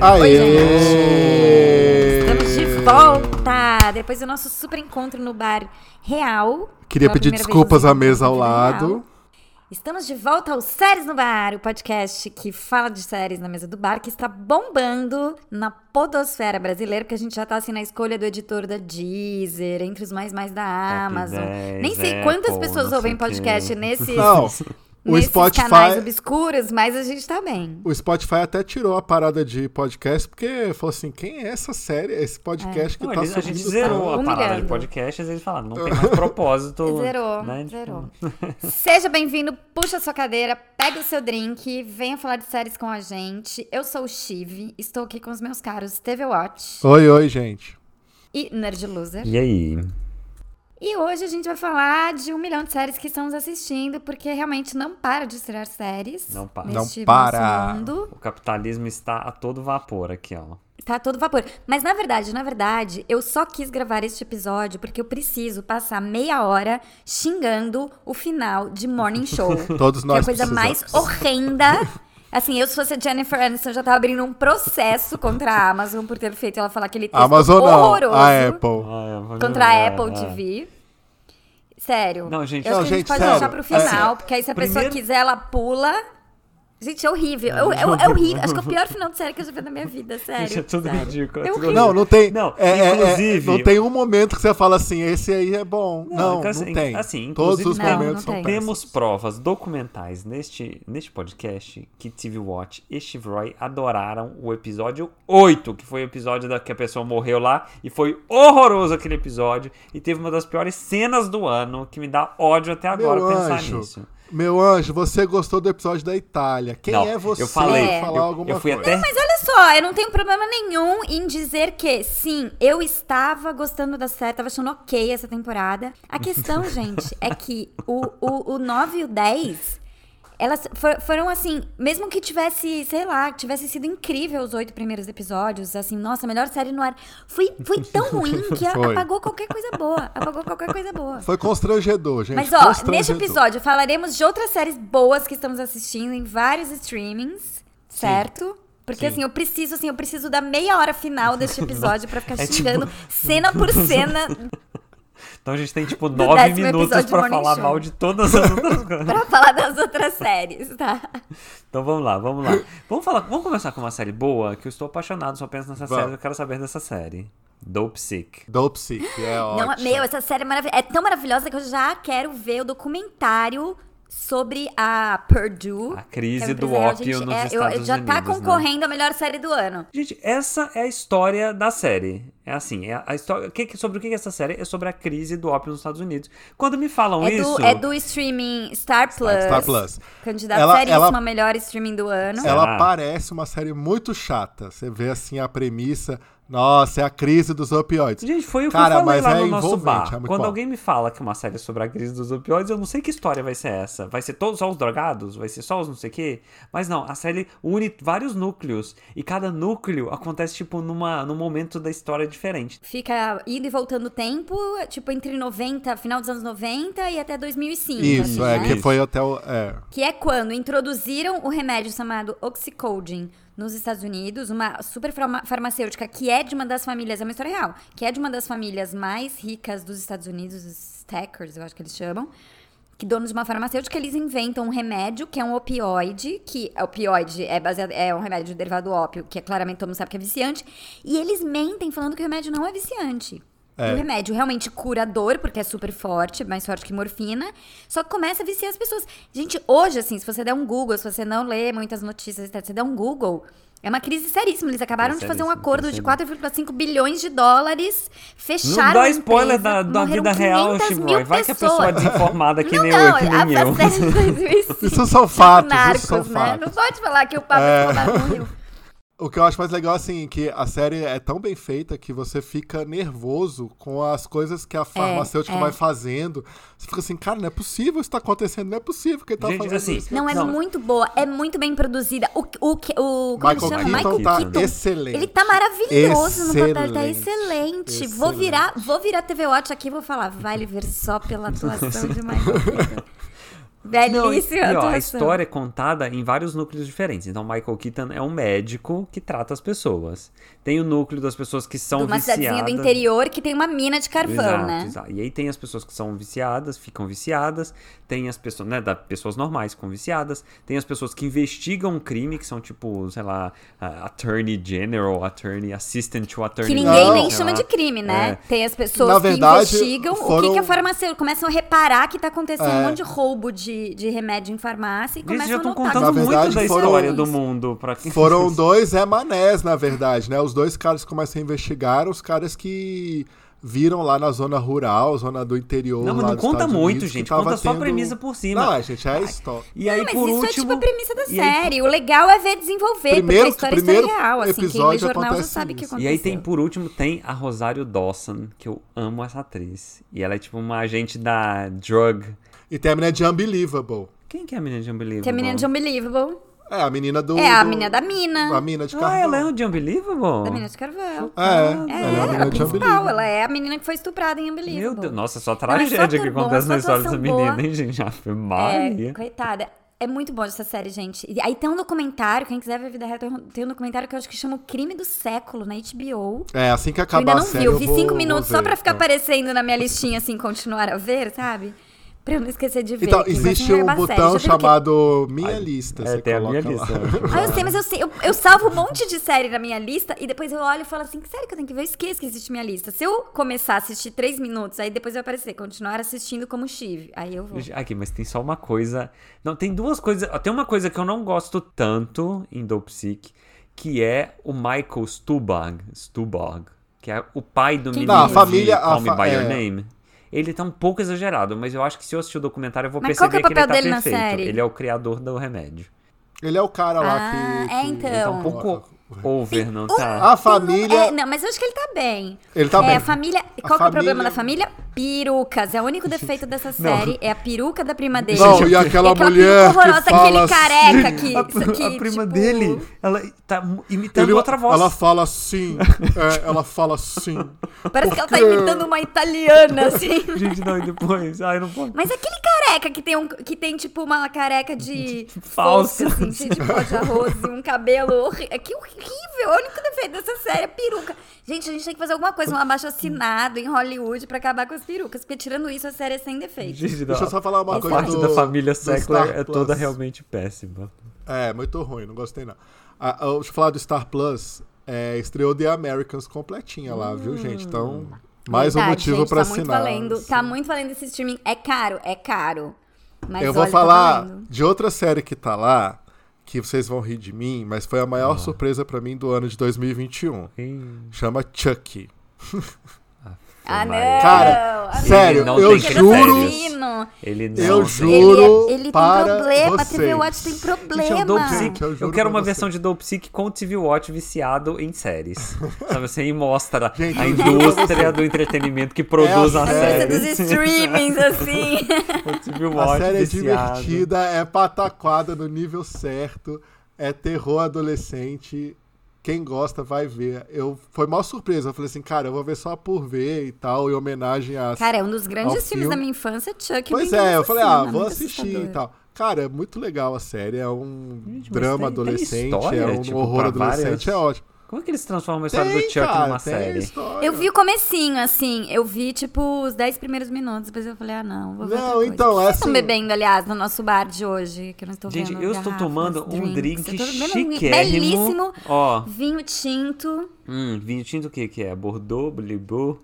Aê! Oi, gente! Estamos de volta! Depois do nosso super encontro no bar Real. Queria Pela pedir primeira vez desculpas no à mesa ao Real. lado. Estamos de volta ao Séries no Bar, o podcast que fala de séries na mesa do bar, que está bombando na podosfera brasileira, porque a gente já está assim na escolha do editor da Deezer, entre os mais mais da Amazon. 10, Ah, hum, Nem sei Apple, quantas pessoas não ouvem sei o quê. podcast nesses, Não, o nesses canais Spotify, obscuros, mas a gente está bem. o Spotify até tirou a parada de podcast, porque falou assim: quem é essa série, esse podcast que É. Pô, tá eles- a subindo? gente zerou a tanto. parada de Humilhando. podcasts, eles falaram, não tem mais propósito. Zerou, né? zerou. Seja bem-vindo, puxa sua cadeira, pega o seu drink, venha falar de séries com a gente. Eu sou o Chive, estou aqui com os meus caros TV Watch Oi, oi, gente. e Nerd Loser. E aí? E hoje a gente vai falar de um milhão de séries que estamos assistindo, porque realmente não para de estrear séries. Não para. Não neste para. nosso mundo. O capitalismo está a todo vapor aqui, ó. Tá todo vapor. Mas na verdade, na verdade, eu só quis gravar este episódio porque eu preciso passar meia hora xingando o final de Morning Show. Todos que é a nós coisa precisamos. mais horrenda. Assim, eu se fosse a Jennifer Aniston já tava abrindo um processo contra a Amazon por ter feito ela falar aquele texto Amazon horroroso não, é. a Apple. Ah, eu vou contra jogar, a Apple é. TV. Sério. Não, gente, eu não, acho que a gente gente, pode sério. deixar pro final, Assim, porque aí se a pessoa primeiro- quiser, ela pula. Gente, é horrível. Eu, eu, é horrível. Acho que é o pior final de série que eu já vi na minha vida, sério. Gente, é tudo sério. ridículo. é Eu tudo ri. horrível. Não, não tem. Não, é- é- é- inclusive- não tem um momento que você fala assim: esse aí é bom. Não, não, assim, tem. assim, Todos inclusive, os Não, não momentos são tem. péssimos. Temos provas documentais neste, neste podcast que TV Watch e Steve Roy adoraram o episódio 8, que foi o episódio da que a pessoa morreu lá, e foi horroroso aquele episódio, e teve uma das piores cenas do ano, que me dá ódio até agora Meu pensar anjo. nisso. Meu anjo, você gostou do episódio da Itália. Quem Não, é você eu falei, pra falar eu, alguma eu fui coisa? até Mas olha só, eu não tenho problema nenhum em dizer que, sim, eu estava gostando da série, estava achando ok essa temporada. A questão, gente, é que o, o, o 9 e o 10, elas for- foram assim, mesmo que tivesse, sei lá, tivesse sido incrível os oito primeiros episódios, assim, nossa, a melhor série no ar. Foi, foi tão ruim que Foi. apagou qualquer coisa boa. Apagou qualquer coisa boa. Foi constrangedor, gente. Mas ó, neste constrangedor. episódio falaremos de outras séries boas que estamos assistindo em vários streamings, certo? Porque Sim. assim, eu preciso, assim, eu preciso da meia hora final deste episódio pra É ficar tipo xingando cena por cena Então a gente tem tipo 9 décimo minutos episódio de pra Morning falar Show. mal de todas as outras coisas. pra falar das outras séries, tá? Então vamos lá, vamos lá. Vamos, falar, vamos começar com uma série boa, que eu estou apaixonado, só penso nessa Vamos. série, eu quero saber dessa série. Dope Sick. Dope Sick, é Não, ótimo. meu, essa série é maravilhosa, é tão maravilhosa que eu já quero ver o documentário sobre a Purdue. A crise que é uma do empresa real. ópio Gente, nos é, eu- Estados Já tá Unidos, né? concorrendo à melhor série do ano. Gente, essa é a história da série. É assim, é a história. que- que- sobre o que é essa série? É sobre a crise do ópio nos Estados Unidos. Quando me falam É isso. do, é do streaming Star Plus. Então, Star Plus. Candidata Ela- seríssima ela- a melhor streaming do ano. Será? Ela parece uma série muito chata. Você vê assim a premissa. Nossa, é a crise dos opioides. Gente, foi o que Cara, eu falei mas lá é no nosso envolvente, bar. é muito Quando bom. alguém me fala que uma série é sobre a crise dos opioides, eu não sei que história vai ser essa. Vai ser todos só os drogados? Vai ser só os não sei o quê? Mas não, a série une vários núcleos. E cada núcleo acontece, tipo, numa, num momento da história diferente. Fica indo e voltando o tempo, tipo entre 90, final dos anos 90 e até 2005. Isso, assim, é, né? que foi até o. É. Que é quando introduziram o remédio chamado Oxycodone nos Estados Unidos, uma super farma- farmacêutica que é de uma das famílias, é uma história real, que é de uma das famílias mais ricas dos Estados Unidos, os Stackers, eu acho que eles chamam, que donos de uma farmacêutica, eles inventam um remédio que é um opioide, que é opioide é baseado é um remédio derivado do ópio, que é claramente todo mundo sabe que é viciante, e eles mentem falando que o remédio não é viciante. E É. o remédio realmente cura a dor, porque é super forte, mais forte que morfina. Só que começa a viciar as pessoas. Gente, hoje, assim, se você der um Google, se você não lê muitas notícias, etc., se você der um Google, é uma crise seríssima. Eles acabaram É de fazer um seríssimo, acordo é de sério. 4,5 bilhões de dólares, fecharam Não dá a spoiler empresa, da, da morreram vida real, 500 mil Chibroy. Vai que a pessoa é pessoas. desinformada que não, nem não, eu, que nem a, eu. a série é de 2005. Isso são fatos, isso Tipo Narcos, são né? fatos. Não pode falar que o Pablo É. Escobar morreu. O que eu acho mais legal, assim, que a série é tão bem feita que você fica nervoso com as coisas que a farmacêutica é. vai fazendo. Você fica assim, cara, não é possível isso tá acontecendo, não é possível que ele tá Gente, fazendo assim, isso. Não, é Não. muito boa, é muito bem produzida. O, o, que- o como ele Michael chama? Keaton, Michael tá Keaton. excelente. Ele tá maravilhoso no papel, ele tá Excelente, excelente. Vou excelente. virar, vou virar TV Watch aqui e vou falar, vai ele ver só pela atuação de Michael Keaton. Belíssima e, ó, a é atuação. história é contada em vários núcleos diferentes. Então, Michael Keaton é um médico que trata as pessoas. Tem o núcleo das pessoas que são De uma cidadezinha viciadas. do interior que tem uma mina de carvão, é Exato, né? exato. E aí tem as pessoas que são viciadas, ficam viciadas, tem as pessoas, né, da, pessoas normais que ficam viciadas, tem as pessoas que investigam um crime, que são tipo, sei lá, a- attorney general, attorney assistant to attorney Que ninguém Não. nem sei chama lá. de crime, né? É. Tem as pessoas Na verdade, que investigam o que foram- que, a farmacêutica. Começam a reparar que tá acontecendo É. um monte de roubo de, de remédio em farmácia e Eles começam já a estão notar contando Na que- verdade, muito da foram- história do mundo. Pra... quem- Foram dois remanés, na verdade, né? Os dois caras que começam a investigar, os caras que viram lá na zona rural, zona do interior. Não, mas lá não dos conta Estados muito, Unidos, que gente. tava Conta só a tendo- premissa por cima. Não, é, gente, é a história. E aí, Não, mas por isso último... é tipo a premissa da e aí, série. O legal é ver desenvolver, Primeiro- porque a história primeiro é real, assim. Quem lê episódio jornal já acontece sabe o que isso. aconteceu. E aí tem, por último, tem a Rosário Dawson, que eu amo essa atriz. E ela é tipo uma agente da drug. E tem a menina de Unbelievable. Quem que é a menina de Unbelievable? Tem a menina de Unbelievable. É, a menina do. É a do- menina da mina. A mina de Ah, carvão. ela é o de Unbelievable? Da mina de Carvel. É, ela É, é a ela menina é a de principal. Unbelievable. Ela é a menina que foi estuprada em Unbelievable. Meu Deus, nossa, só é só tragédia que tudo bom, acontece só na história dessa atuação menina, boa. hein, gente? Ave É, Maria. coitada. É muito bom essa série, gente. E aí tem um documentário, quem quiser ver a vida real, tem um documentário que eu acho que chama O Crime do Século, na HBO. É, assim que Eu acabar ainda não a série. vi, eu eu vi vou- cinco vou minutos só ver, pra ficar então. aparecendo na minha listinha, assim, continuar a ver, sabe? Pra eu não esquecer de ver. Então, que existe vai um ter uma série, botão já viu que- chamado Minha Lista. É, você tem a minha coloca lá. lista. Ah, eu sei, mas eu sei. Eu, eu salvo um monte de série na minha lista e depois eu olho e falo assim: que série que eu tenho que ver? Eu esqueço que existe minha lista. Se eu começar a assistir três minutos, aí depois vai aparecer, continuar assistindo como Chive. Aí eu vou. Aqui, mas tem só uma coisa. Não, tem duas coisas. Tem uma coisa que eu não gosto tanto em Dope Sick, que é o Michael Stubag. Stubag. Que é o pai do menino Não, a família- de Call a Me fa- By Your é. Name. Ele tá um pouco exagerado, mas eu acho que se eu assistir o documentário eu vou Mas qual que perceber é o ele tá papel dele na perfeito. série? Ele é o criador do remédio. Ele é o cara lá Ah, que. é, que- então. que Tá coloca- um Um pouco over, não tá? A família. É, não, mas eu acho que ele tá bem. Ele tá é, bem. A família, qual que é família- o problema da família? Perucas. É o único defeito dessa série. É a peruca da prima dele. Não, e aquela peruca mulher que horrorosa, fala aquele careca assim, que. a, que, a prima tipo, dele, ela tá imitando Ele- outra voz. Ela fala assim. é, ela fala assim. Então, Parece que ela tá Porque- imitando uma italiana, assim. Gente, não, e depois. Ai, não posso. Mas aquele careca que tem, um, que tem tipo, uma careca de Tipo Falsa. fosca, assim, cheia de pó de arroz e um cabelo horri- é Que horrível! O único defeito dessa série é peruca. Gente, a gente tem que fazer alguma coisa, um abaixo assinado em Hollywood pra acabar com as perucas. Porque tirando isso, a série é sem defeito. Gente, Deixa eu só falar uma a coisa parte do- da família do Sackler Star é toda Plus. realmente péssima. É, muito ruim, não gostei não. Ah, ah, deixa eu falar do Star Plus. É, estreou The Americans completinha lá, viu, gente? Então, mais um Hum. Verdade, motivo gente, pra tá assinar. Muito valendo, tá muito valendo esse streaming. É caro, é caro. Mas Eu vou olha, tá falar valendo. de outra série que tá lá, que vocês vão rir de mim, mas foi a maior surpresa pra mim do ano de 2021. Ih, Chama Chucky. Ah, Maria. não! Cara, ah, não. sério, não eu tem que ser juro. sério. Menino. Ele não. Eu tem- juro. ele, é ele para tem problema, a TV vocês. Watch tem Gente, é o Dope problema. Sick. Eu Eu, juro quero pra uma você. versão de Dope Sick com TV Watch viciado em séries. Sabe assim, e mostra Gente, a eu juro pra indústria do entretenimento que produz É a a A lista dos série. streamings, assim. O TV A Watch série é viciado. divertida, é pataquada no nível certo, é terror adolescente. Quem gosta vai ver. Eu foi mal surpresa. Eu falei assim, cara, eu vou ver só por ver e tal, em homenagem a. Cara, é um dos Ao grandes filmes filme. da minha infância, Chuck. pois Brinca de é, eu falei, ah, Assassino, vou muito assistir assustador. e tal. Cara, é muito legal a série. É um Gente, mas drama tem- tem adolescente, história, é um tipo, horror pra várias- adolescente, é ótimo. Como é que eles transformam a história do Chuck cara, numa tem série? história. Eu vi o comecinho, assim, eu vi, tipo, os 10 primeiros minutos, depois eu falei, ah, não, vou ver Não, outra coisa. então, O que é Vocês estão assim- bebendo, aliás, no nosso bar de hoje, que eu não estou Gente, vendo eu estou garrafas, tomando um drinks. drink Eu tô bebendo um chiquérrimo. belíssimo Ó, vinho tinto. hum, vinho tinto o que que é? Bordeaux, Libu,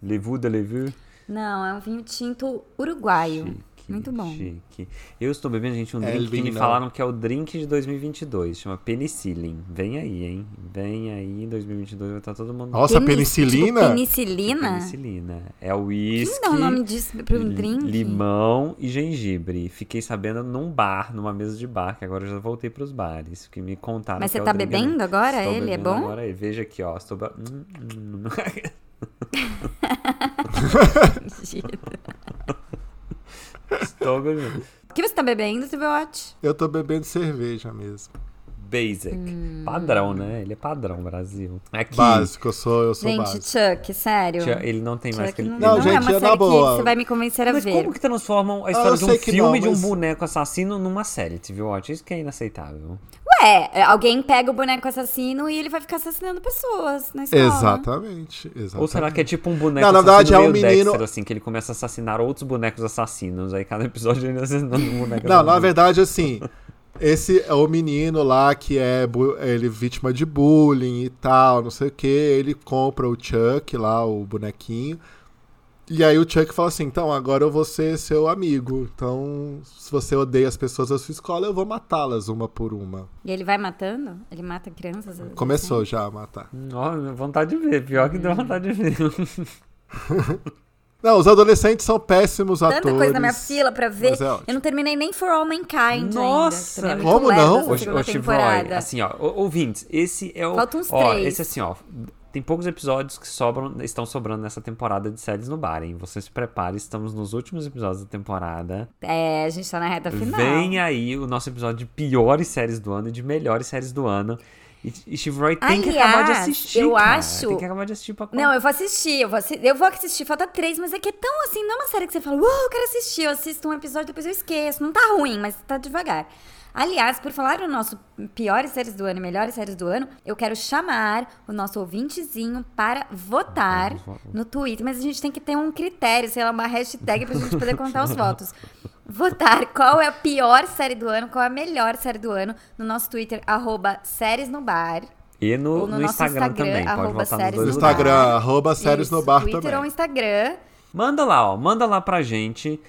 Livu de Livu? Não, é um vinho tinto uruguaio. Muito bom. Chique. Eu estou bebendo, gente, um É, drink que me vinho. falaram que é o drink de 2022. Chama Penicillin. Vem aí, hein? Vem aí, em 2022 vai estar todo mundo... Nossa, Penic- penicilina? tipo, penicilina? Penicilina. É o Quem uísque, dá o nome disso pra um li- drink? limão e gengibre. Fiquei sabendo num bar, numa mesa de bar, que agora eu já voltei pros bares, que me contaram Mas que você é o tá drink- bebendo agora? Estou Ele é bebendo bom? Agora aí. Veja aqui, ó. Estou... be- Hum, hum, hum. O Estou bebendo. que você tá bebendo, TV Watch? Eu tô bebendo cerveja mesmo. basic. Hum. Padrão, né? Ele é padrão, Brasil. Aqui. Básico, eu sou, eu sou Gente, básico. Chuck, sério. Tia- Ele não tem mais Chuck aquele. não, Não, não gente, é uma é na série que boa. você vai me convencer a Mas ver. como que transformam a Ah, história eu de um sei que filme não, de um mas- boneco assassino numa série, TV Watch? Isso que é inaceitável. Ué, É, alguém pega o boneco assassino e ele vai ficar assassinando pessoas na escola. né? Exatamente, exatamente. Ou será que é tipo um boneco Não, na assassino verdade, é um meio menino- Dexter, assim, que ele começa a assassinar outros bonecos assassinos. Aí cada episódio ele assassinando um boneco Não, na assassino. verdade, assim, esse é o menino lá que é bu- ele vítima de bullying e tal, não sei o que, ele compra o Chuck lá, o bonequinho. E aí o Chuck fala assim, então agora eu vou ser seu amigo. Então, se você odeia as pessoas da sua escola, eu vou matá-las uma por uma. E ele vai matando? Ele mata crianças? Começou já a matar. Hum, Ó, vontade de ver. Pior Hum. que deu vontade de ver. Não, os adolescentes são péssimos assim? Tanta atores. coisa na minha fila pra ver. Mas é ótimo. eu não terminei nem For All Mankind Nossa! ainda. que também é muito Como leve não? essa Ô, segunda Ô, Chivroy, temporada. assim, ó, ô- ouvintes, esse é o. Faltam uns ó, três. Esse assim, ó. Tem poucos episódios que sobram, estão sobrando nessa temporada de séries no bar, hein? Você se prepare, estamos nos últimos episódios da temporada. É, a gente tá na reta final. Vem aí o nosso episódio de piores séries do ano e de melhores séries do ano. E, e Chivroy tem que acabar de Aliás, assistir. eu cara. acho- Tem que acabar de assistir pra Não, eu vou assistir, eu vou, assi- eu vou assistir, falta três, mas é que é tão assim, não é uma série que você fala, uau, eu quero assistir, eu assisto um episódio, depois eu esqueço. Não tá ruim, mas tá devagar. Aliás, por falar no nosso piores séries do ano e melhores séries do ano, eu quero chamar o nosso ouvintezinho para votar Vamos, vamos. no Twitter, mas a gente tem que ter um critério, sei lá, uma hashtag pra gente poder contar os votos. Votar qual é a pior série do ano, qual é a melhor série do ano, no nosso Twitter, arroba séries no bar. E no, Ou no no nosso Instagram, Instagram, também. Pode arroba voltar nos séries dois No no lugares. Instagram, bar. arroba séries no Isso, bar Twitter ou também. Instagram. Manda lá, ó. Manda lá pra gente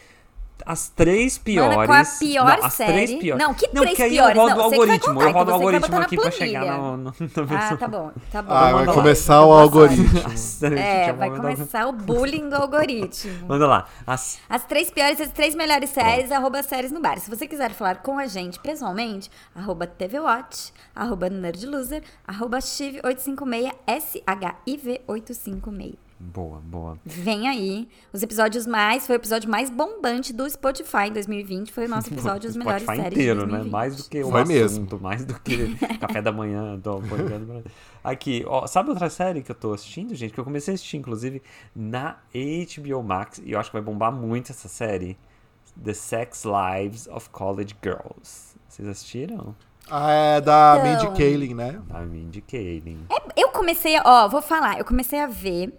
as três piores. Manda qual é a pior não, as série. três piores. Não, que três porque aí piores? eu rodo Não, você o que vai algoritmo. contar, eu rodo então você que vai o algoritmo botar na aqui pra chegar planilha. no, no, na Ah, versão. tá bom, tá bom. Ah, Manda vai lá. começar o algoritmo. As três, É, gente, vai eu vou mandar- começar o bullying do algoritmo. tipo, Manda lá. As... As três piores, as três melhores Tá séries, arroba séries no bar. Se você quiser falar com a gente pessoalmente, arroba TVWatch, arroba NerdLoser, arroba Chiv856, SHIV856. Boa, boa. Vem aí. Os episódios mais. Foi o episódio mais bombante do Spotify em 2020. Foi o nosso episódio dos melhores Spotify séries. inteiro, de né? 2020. Mais do que o Foi assunto, mesmo. mais do que café da manhã, do almoço, do- Aqui, ó, sabe outra série que eu tô assistindo, gente? Que eu comecei a assistir, inclusive, na HBO Max, e eu acho que vai bombar muito essa série. The Sex Lives of College Girls. Vocês assistiram? Ah, Ah, é da Então. Mindy Kaling, né? Da Mindy Kaling. É, eu comecei. a- Ó, vou falar. Eu comecei a ver.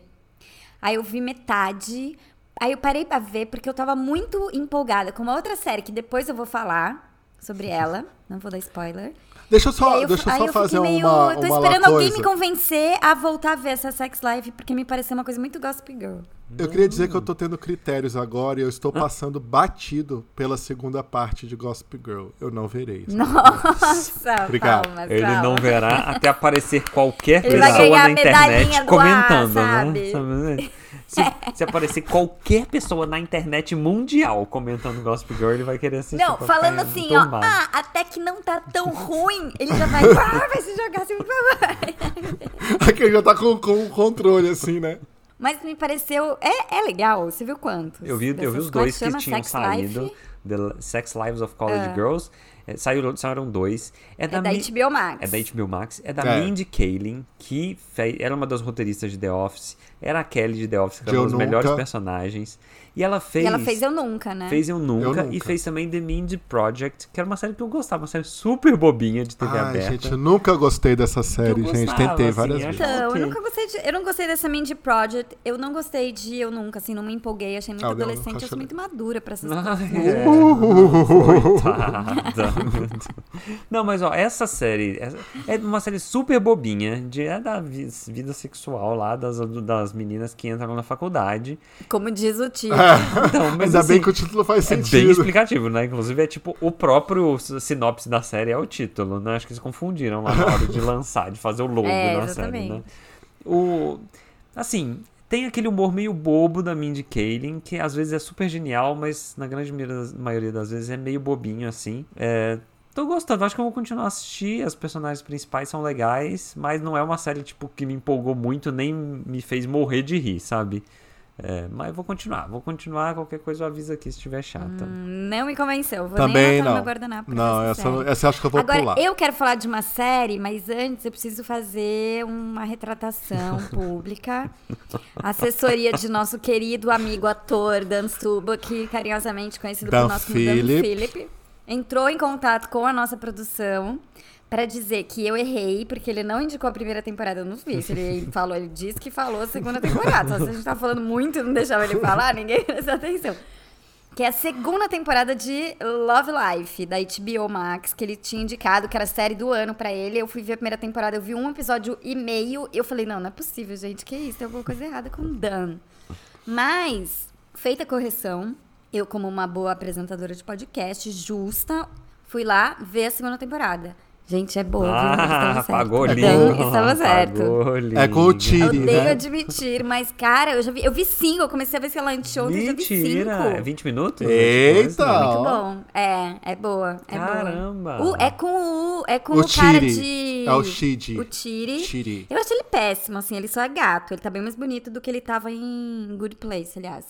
Aí eu vi metade. Aí eu parei pra ver porque eu tava muito empolgada com uma outra série que depois eu vou falar sobre ela. Não vou dar spoiler. Deixa eu E só, aí eu, deixa eu aí só eu fazer fiquei meio, uma, Eu tô uma esperando alguém coisa. me convencer a voltar a ver essa Sex Life porque me pareceu uma coisa muito Gossip Girl. Eu queria dizer que eu tô tendo critérios agora e eu estou passando batido pela segunda parte de Gossip Girl. Eu não verei. isso. Nossa, Obrigado. palmas, Ele não palmas. verá até aparecer qualquer Ele vai pessoa ganhar na a medalhinha internet do ar, comentando, sabe? né? Sabe? Se, se aparecer qualquer pessoa na internet mundial comentando Gossip Girl, ele vai querer assistir. Não, pra falando ficar assim, ó, tombado. ah, até que não tá tão ruim, ele já vai, ah, vai se jogar assim, vai, vai. Hum. Aqui já tá com, com o controle, assim, né? Mas me pareceu, é, é legal, você viu quantos? Eu vi, eu vi Dessas- os como é dois que chama? tinham Sex saído. Life? Ah. The Sex Lives of College Girls. É, saíram, saíram dois. É da, É da Mi- HBO Max. É da HBO Max, é da É. Mindy Kaling, que fe- era uma das roteiristas de The Office, era a Kelly de The Office, que era Eu uma das melhores nunca- personagens. E ela fez. E ela fez Eu Nunca, né? Fez Eu Nunca, Eu Nunca. e fez também The Mindy Project, que era uma série que eu gostava, uma série super bobinha de TV Ai, aberta. gente, eu nunca gostei dessa Eu série, gente. gostava, Tentei assim, várias acho- vezes. Então, Ok. eu nunca gostei de, eu não gostei dessa Mindy Project, eu não gostei de Eu Nunca, assim, não me empolguei, achei muito Ah, eu não adolescente, eu achei- sou muito madura pra essas coisas. né? Ai, é. assim, Coitada. Não, mas ó, essa série essa- é uma série super bobinha de, é da vi- vida sexual lá das, das meninas que entram na faculdade. Como diz o tio. Então, mas Ainda bem assim, que o título faz é bem sentido. explicativo, né? Inclusive, é tipo, o próprio s- sinopse da série é o título, né? Acho que eles confundiram lá na hora de lançar, de fazer o logo É, da série, exatamente. né? O... Assim, tem aquele humor meio bobo da Mindy Kaling, que às vezes é super genial, mas na grande mira- maioria das vezes é meio bobinho, assim. É, Tô gostando, acho que eu vou continuar a assistir. As personagens principais são legais, mas não é uma série, tipo, que me empolgou muito, nem me fez morrer de rir, sabe? É, mas vou continuar, vou continuar. Qualquer coisa eu aviso aqui se estiver chata. Não me convenceu. Vou nem Também anotar no não. meu guardanapo. Não, essa, série. essa eu acho que eu vou Agora, pular. eu quero falar de uma série, mas antes eu preciso fazer uma retratação pública. Assessoria de nosso querido amigo ator Dan Stubach, carinhosamente conhecido Dan por nós como Dan Philip. Philip, entrou em contato com a nossa produção para dizer que eu errei, porque ele não indicou a primeira temporada, eu não vi. Se ele falou, ele disse que falou a segunda temporada. Só se a gente tá falando muito e não deixava ele falar, ninguém prestou atenção. Que é a segunda temporada de Love Life, da HBO Max, que ele tinha indicado, que era a série do ano pra ele. Eu fui ver a primeira temporada, eu vi um episódio e meio. E eu falei, não, não é possível, gente, que isso? Tem alguma coisa errada com o Dan. Mas, feita a correção, eu, como uma boa apresentadora de podcast, justa, fui lá ver a segunda temporada. Gente, é boa, viu? Mas Ah, estava certo. apagou o Dan link. estava certo. Apagou o É com o link. Ti- Tire, Odeio né? admitir, mas, cara, eu já vi. Eu vi cinco, eu comecei a ver, sei lá, anteontem, já vi cinco. Mentira! É 20 minutos? Eita! Não, Ó. Muito bom. É, é boa. É Caramba. Boa. O- é com o. É com o, O cara Chiri. de. É o Chidi. O Chiri. Chiri. Eu acho ele péssimo, assim, ele só é gato. Ele tá bem mais bonito do que ele tava em Good Place, aliás.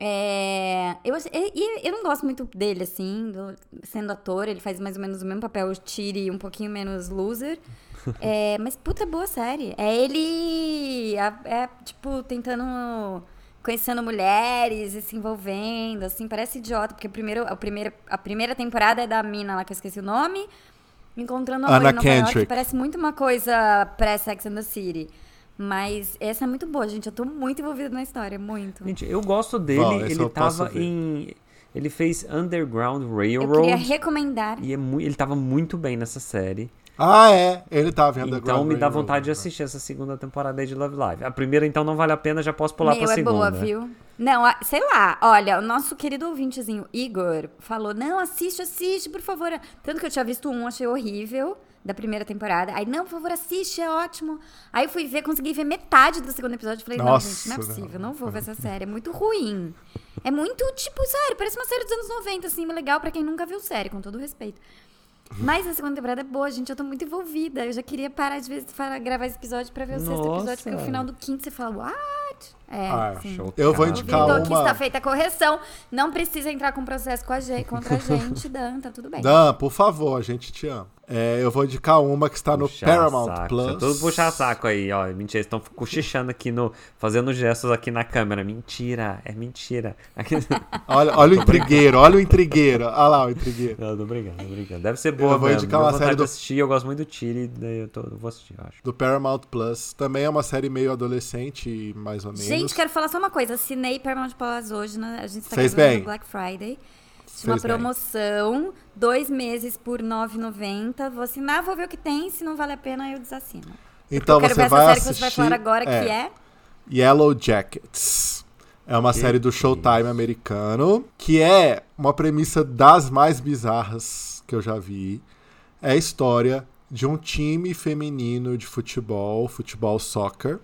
É, eu, acho- e- e eu não gosto muito dele, assim, do- sendo ator, ele faz mais ou menos o mesmo papel, o Tiri, um pouquinho menos loser. É, mas puta boa série. É ele, a- é, tipo, tentando, conhecendo mulheres e se envolvendo, assim, parece idiota, porque o primeiro, a, primeira, a primeira temporada é da mina lá, que eu esqueci o nome, encontrando amor Anna em Nova York, Kendrick. parece muito uma coisa pré-Sex and the City. Mas essa é muito boa, gente. Eu tô muito envolvida na história, muito. Gente, eu gosto dele. Bom, esse ele eu posso tava ver. em. Ele fez Underground Eu queria Railroad. recomendar. E é mu- ele tava muito bem nessa série. Ah, é. Ele tá vendo Então me dá vontade de assistir essa segunda temporada aí de Love Live. A primeira, então, não vale a pena, já posso pular Meu, pra é segunda. boa, viu? Não, a- sei lá, olha, o nosso querido ouvintezinho Igor falou: não, assiste, assiste, por favor. Tanto que eu tinha visto um, achei horrível da primeira temporada. Aí, não, por favor, assiste, é ótimo. Aí eu fui ver, consegui ver metade do segundo episódio. Falei, Nossa, não, gente, não é não. possível, não vou ver essa série. É muito ruim. É muito, tipo, sério, parece uma série dos anos 90, assim, legal pra quem nunca viu série, com todo o respeito. Mas a segunda temporada é boa, gente. Eu tô muito envolvida. Eu já queria parar de vez para gravar esse episódio pra ver o sexto Nossa. episódio, porque o final do quinto você fala, what? É, Ah, sim. show. Eu vou Tá, indicar Vitor, aqui está uma. feita a correção. Não precisa entrar com processo com a gente, contra a gente, Dan, tá tudo bem. Dan, por favor, a gente te ama. É, eu vou indicar uma que está no Puxar Paramount saco. Plus. Isso é Tudo puxar saco aí, ó. Mentira, eles estão cochichando aqui no. fazendo gestos aqui na câmera. Mentira, é mentira. Aqui... Olha, olha o intrigueiro, olha o intrigueiro. Olha lá o intrigueiro. Não, tô brincando, tô brincando. Deve ser boa, Eu vou mesmo. indicar Deu uma vontade série de do- assistir, eu gosto muito do Tire, daí eu, tô... eu vou assistir, eu acho. Do Paramount Plus. Também é uma série meio adolescente, mais ou menos. Gente, quero falar só uma coisa. Assinei Paramount Plus hoje, né? a gente tá Fez gravando bem. no Black Friday. Tinha uma Fez bem. promoção, dois meses por R$ 9,90. Vou assinar, vou ver o que tem. Se não vale a pena, eu desassino. Então eu quero você ver vai essa série assistir. que você vai falar agora, que é... Yellow Jackets. É uma série do Showtime americano, que é uma premissa das mais bizarras que eu já vi. É a história de um time feminino de futebol, futebol soccer,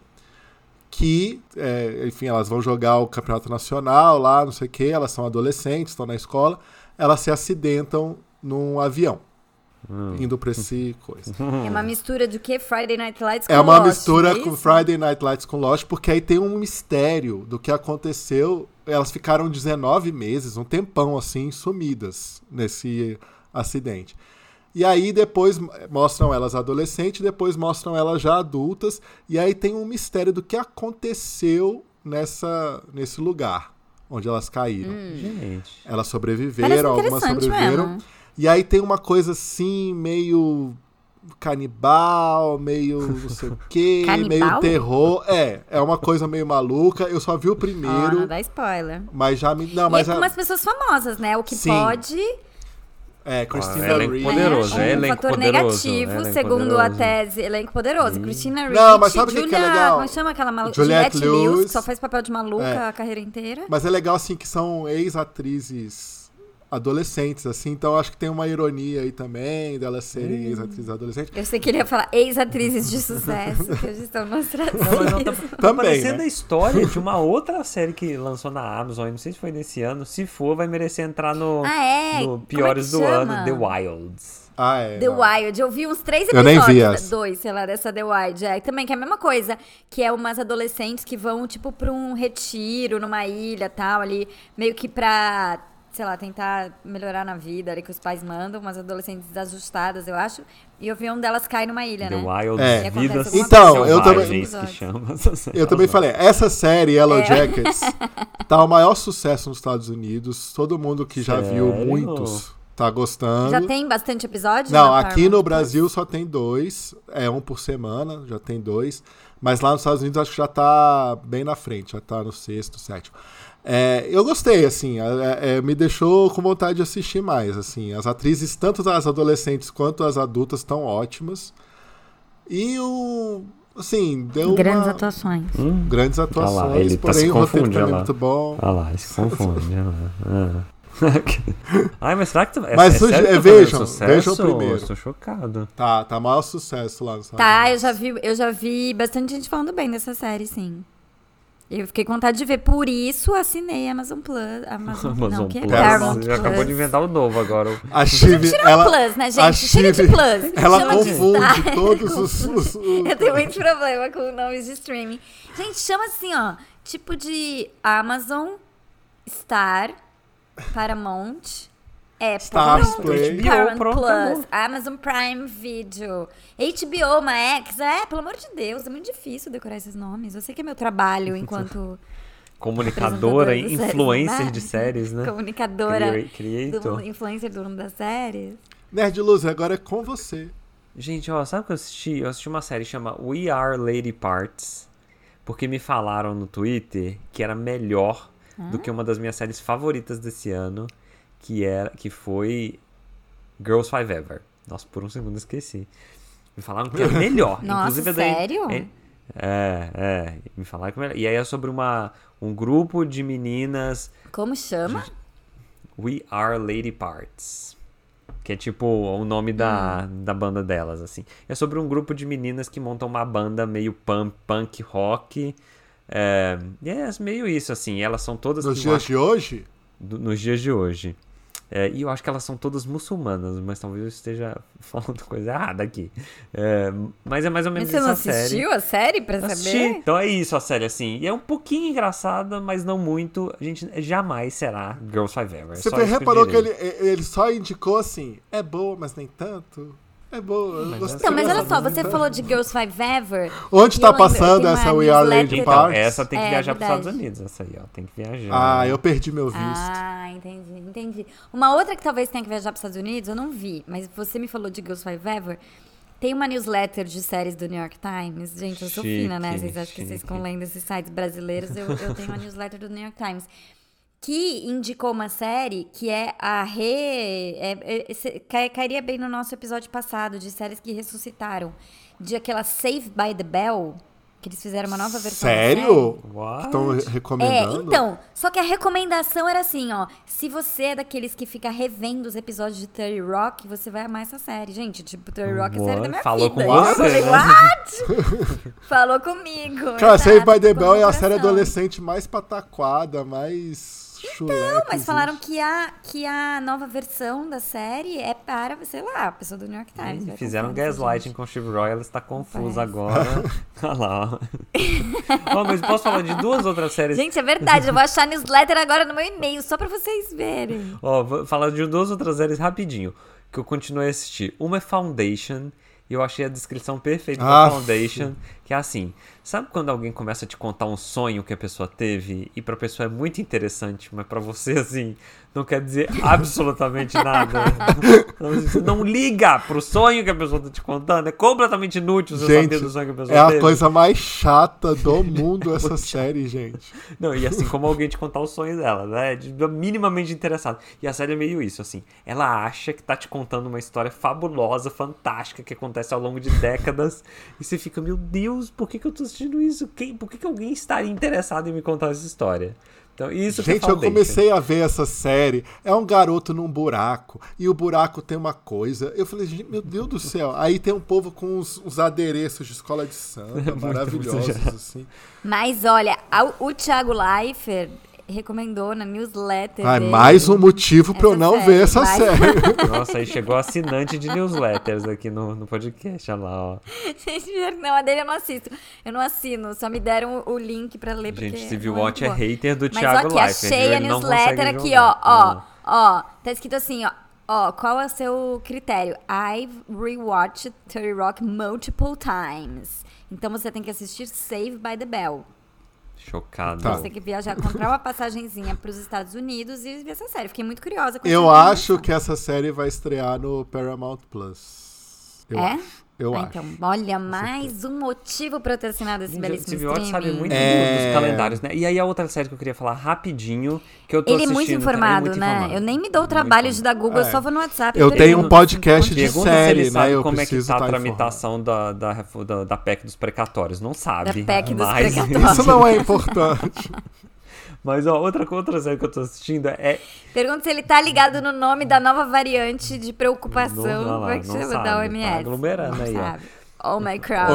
que, é, enfim, elas vão jogar o campeonato nacional lá, não sei o quê, elas são adolescentes, estão na escola, elas se acidentam num avião, indo pra esse coisa. É uma mistura de que? Friday Night Lights com É uma Lost, mistura não é com isso? Friday Night Lights com Lost, porque aí tem um mistério do que aconteceu. Elas ficaram 19 meses, um tempão assim, sumidas nesse acidente. E aí depois mo- mostram elas adolescentes, depois mostram elas já adultas, e aí tem um mistério do que aconteceu nessa, nesse lugar onde elas caíram. Gente. Elas Hum. Parece sobreviveram, algumas interessante sobreviveram. mesmo. E aí tem uma coisa assim, meio canibal, meio não sei o quê, Canibal? meio terror. É, é uma coisa meio maluca. Eu só vi o Ó, não primeiro, dá spoiler. mas já me. Não, Ah, E é mas com a- umas pessoas famosas, né? O que Sim. pode... é, Christina Ah, elenco Ricci. Poderoso, né? é um elenco fator poderoso, negativo, é elenco segundo a poderoso. Hum. tese elenco poderoso. Christina Ricci, Não, mas sabe o que que é Julia- legal? Como chama aquela maluca? Juliette Juliette Lewis, Lewis. que só faz papel de maluca É. a carreira inteira. Mas é legal, assim, que são ex-atrizes adolescentes, assim, então acho que tem uma ironia aí também delas Hum. serem ex-atrizes adolescentes. Eu sei que ele ia falar ex-atrizes de sucesso, que hoje estão nos Não, mas não tá, trazendo. tá Também, parecendo né? a história de uma outra série que lançou na Amazon, não sei se foi nesse ano. Se for, vai merecer entrar no, Ah, é? no Como é que Piores do chama? Ano, The Wilds. Ah, é. The não. Wild. Eu vi uns três Eu episódios. nem vi essa. Dois, sei lá, dessa The Wild. É, também, que é a mesma coisa. Que é umas adolescentes que vão, tipo, pra um retiro numa ilha tal, ali. Meio que pra, sei lá, tentar melhorar na vida ali que os pais mandam. Umas adolescentes desajustadas, eu acho. E o avião delas cai numa ilha, The né? Wild É. E acontece Vidas alguma Então, coisa. eu também- Selvagens que chama. Eu também falei, essa série Yellow É. Jackets tá o maior sucesso nos Estados Unidos. Todo mundo que já viu Sério? muitos tá gostando. Já tem bastante episódio? Não, na aqui no Paramount+? Brasil só tem dois, é um por semana, já tem dois, mas lá nos Estados Unidos acho que já tá bem na frente, já tá no sexto, sétimo. É, eu gostei, assim, é- é, me deixou com vontade de assistir mais, assim, as atrizes, tanto as adolescentes quanto as adultas, estão ótimas, e o, assim, deu Grandes uma- atuações. Hum. grandes atuações, Olha lá, ele tá porém se o roteiro confundindo, também é olha lá. muito bom. Ah lá, se confunde. olha lá. Ah. Ai, mas será que tu... é- Mas é su- sério que é, tá fazendo vejam, sucesso? vejam primeiro. Eu tô chocado. Tá, tá maior sucesso lá nos Estados Tá, Unidos. eu já vi, eu já vi bastante gente falando bem dessa série, sim. Eu fiquei com vontade de ver, por isso assinei Amazon Plus. Amazon, Amazon não, que é Plus. Paramount Você Já acabou Plus. de inventar o novo agora. A Chive, ela... Plus, né, a gente? Chega de Chive- Plus. Ela Chama de confunde Star. todos os. os- os- Eu tenho muito problema com nomes de streaming. Gente, chama assim, ó. Tipo de Amazon, Star, Paramount, Apple, Stars pronto, Play. tipo, Paramount HBO, pronto, Plus, acabou. Amazon Prime Video, HBO Max. É, pelo amor de Deus, é muito difícil decorar esses nomes. Eu sei que é meu trabalho enquanto Comunicadora, Apresentadora de séries, influencer né? de séries, né? comunicadora, Crea- creator. do, influencer do mundo das séries. Nerd Luz, agora é com você. Gente, ó, sabe o que eu assisti? Eu assisti uma série que chama We Are Lady Parts, porque me falaram no Twitter que era melhor do que uma das minhas séries favoritas desse ano, que era que foi Girls Five Ever. Nossa, por um segundo eu esqueci. Me falaram que era melhor. Nossa, Inclusive, eu dei- sério? É, é, me falaram que era melhor. E aí é sobre uma, um grupo de meninas Como chama? We Are Lady Parts. Que é tipo o nome da, Hum. da banda delas, assim. É sobre um grupo de meninas que montam uma banda meio punk, punk rock. É, e é meio isso, assim. Elas são todas. Nos eu dias acho- de hoje, do- nos dias de hoje. É, e eu acho que elas são todas muçulmanas, mas talvez eu esteja falando coisa errada aqui. É, mas é mais ou Mas menos você não essa série. assistiu a série pra Assisti. saber? Então é isso a série, assim. E é um pouquinho engraçada, mas não muito. A gente jamais será Girls Five Ever. É você só foi- isso eu reparou que direi. ele, ele só indicou assim: é boa, mas nem tanto. É boa. eu gostei, Então, mas olha gostei, só, mas você nem falou tanto. de Girls Five Ever. Onde e tá eu lembro- eu passando tenho essa uma We Are Lady newsletter- Então, Parts? essa é. tem que É, viajar para verdade. Estados Unidos, essa aí, ó. Tem que viajar. Ah, eu perdi meu visto. Ah, entendi, entendi. Uma outra que talvez tenha que viajar para Estados Unidos, eu não vi, mas você me falou de Girls Five Ever. Tem uma newsletter de séries do New York Times. Gente, eu sou Chique, fina, né? Vocês acham que vocês ficam chique. lendo esses sites brasileiros? Eu, eu tenho uma newsletter do New York Times. Que indicou uma série que é a re. é- é- se- cai- cairia bem no nosso episódio passado de séries que ressuscitaram. De aquela Save by the Bell, que eles fizeram uma nova versão. da série. Sério? What? Estão É, recomendando? então, só que a recomendação era assim, ó. Se você é daqueles que fica revendo os episódios de Terry Rock, você vai amar essa série. Gente, tipo, Terry Rock é a série da minha Falou vida. com Eu você, falei, né? "What?" Falou comigo. Cara, exato, Save by the com Bell é a série coração. adolescente mais pataquada, mais chulé. Não, Então, mas falaram que a, que a nova versão da série é para, sei lá, a pessoa do New York Times. Ih, vai Fizeram confiar nessa gaslighting gente. com o Steve Roy, ela está confusa Parece. agora. Olha lá, ó. Ó, mas posso falar de duas outras séries? Gente, é verdade. Eu vou achar a newsletter agora no meu e-mail, só pra vocês verem. Ó, vou falar de duas outras séries rapidinho, que eu continuei a assistir. Uma é Foundation, e eu achei a descrição perfeita da Ah, Foundation, que é assim, sabe quando alguém começa a te contar um sonho que a pessoa teve, e pra pessoa é muito interessante, mas pra você, assim, não quer dizer absolutamente nada? Então, assim, Você não liga pro sonho que a pessoa tá te contando, é completamente inútil você Gente, saber do sonho que a pessoa É a teve. coisa mais chata do mundo essa série, gente. Não, e assim como alguém te contar os sonhos dela, né? De- Minimamente interessado. E a série é meio isso, assim. Ela acha que tá te contando uma história fabulosa, fantástica, que acontece ao longo de décadas. e você fica, meu Deus, por que, que eu tô assistindo isso? Quem, por que, que alguém estaria interessado em me contar essa história? Então, isso que Gente, eu Foundation. comecei a ver essa série. É um garoto num buraco e o buraco tem uma coisa. Eu falei, gente, meu Deus do céu. Aí tem um povo com uns, uns adereços de escola de samba maravilhosos, assim. Mas olha, a- o Thiago Leifert recomendou na newsletter. Ai, dele. mais um motivo pra eu Essa não série, ver essa mais- série. Nossa, aí chegou assinante de newsletters aqui no, no podcast, olha lá, ó. Gente, não, a dele eu não assisto. Eu não assino, só me deram o o link pra ler. Gente, porque Civil não é Watch é muito boa. hater do Mas Thiago ó, que Leifert. viu? achei a Ele não newsletter consegue aqui, ó, jogar. ó, Ah. ó. Tá escrito assim, ó. Ó, qual é o seu critério? I've rewatched 30 Rock multiple times. Então você tem que assistir Save by the Bell. Chocado. Tá. Você tem que viajar, comprar uma passagenzinha pros Estados Unidos e ver essa série. Fiquei muito curiosa com Eu essa acho recomendação. que essa série vai estrear no Paramount Plus. Eu É? acho. Eu Ah, acho. Então, olha, mais um motivo pra eu ter assinado esse Gente, belíssimo Steve Watch streaming. sabe muito É. dos calendários, né? E aí a outra série que eu queria falar rapidinho, que eu tô tá? Ele é muito assistindo também, informado, muito né? informado. Eu nem me dou o Muito trabalho informado. de dar É. Google, eu só vou no WhatsApp. e Eu tenho pergunto, um podcast assim, de quanto- Pergunta se série, ele né? sabe Eu como é que preciso tá a tá tramitação da, da, refu- da, da PEC dos precatórios. Não sabe. PEC dos mas- precatórios. Isso não é importante. Mas ó, outra, outra série que eu tô assistindo é Pergunta se ele tá ligado no nome da nova variante de preocupação. Não, não, como é que não chama? sabe, da tá OMS. aglomerando Não aí, ó. sabe. Oh, Omicron.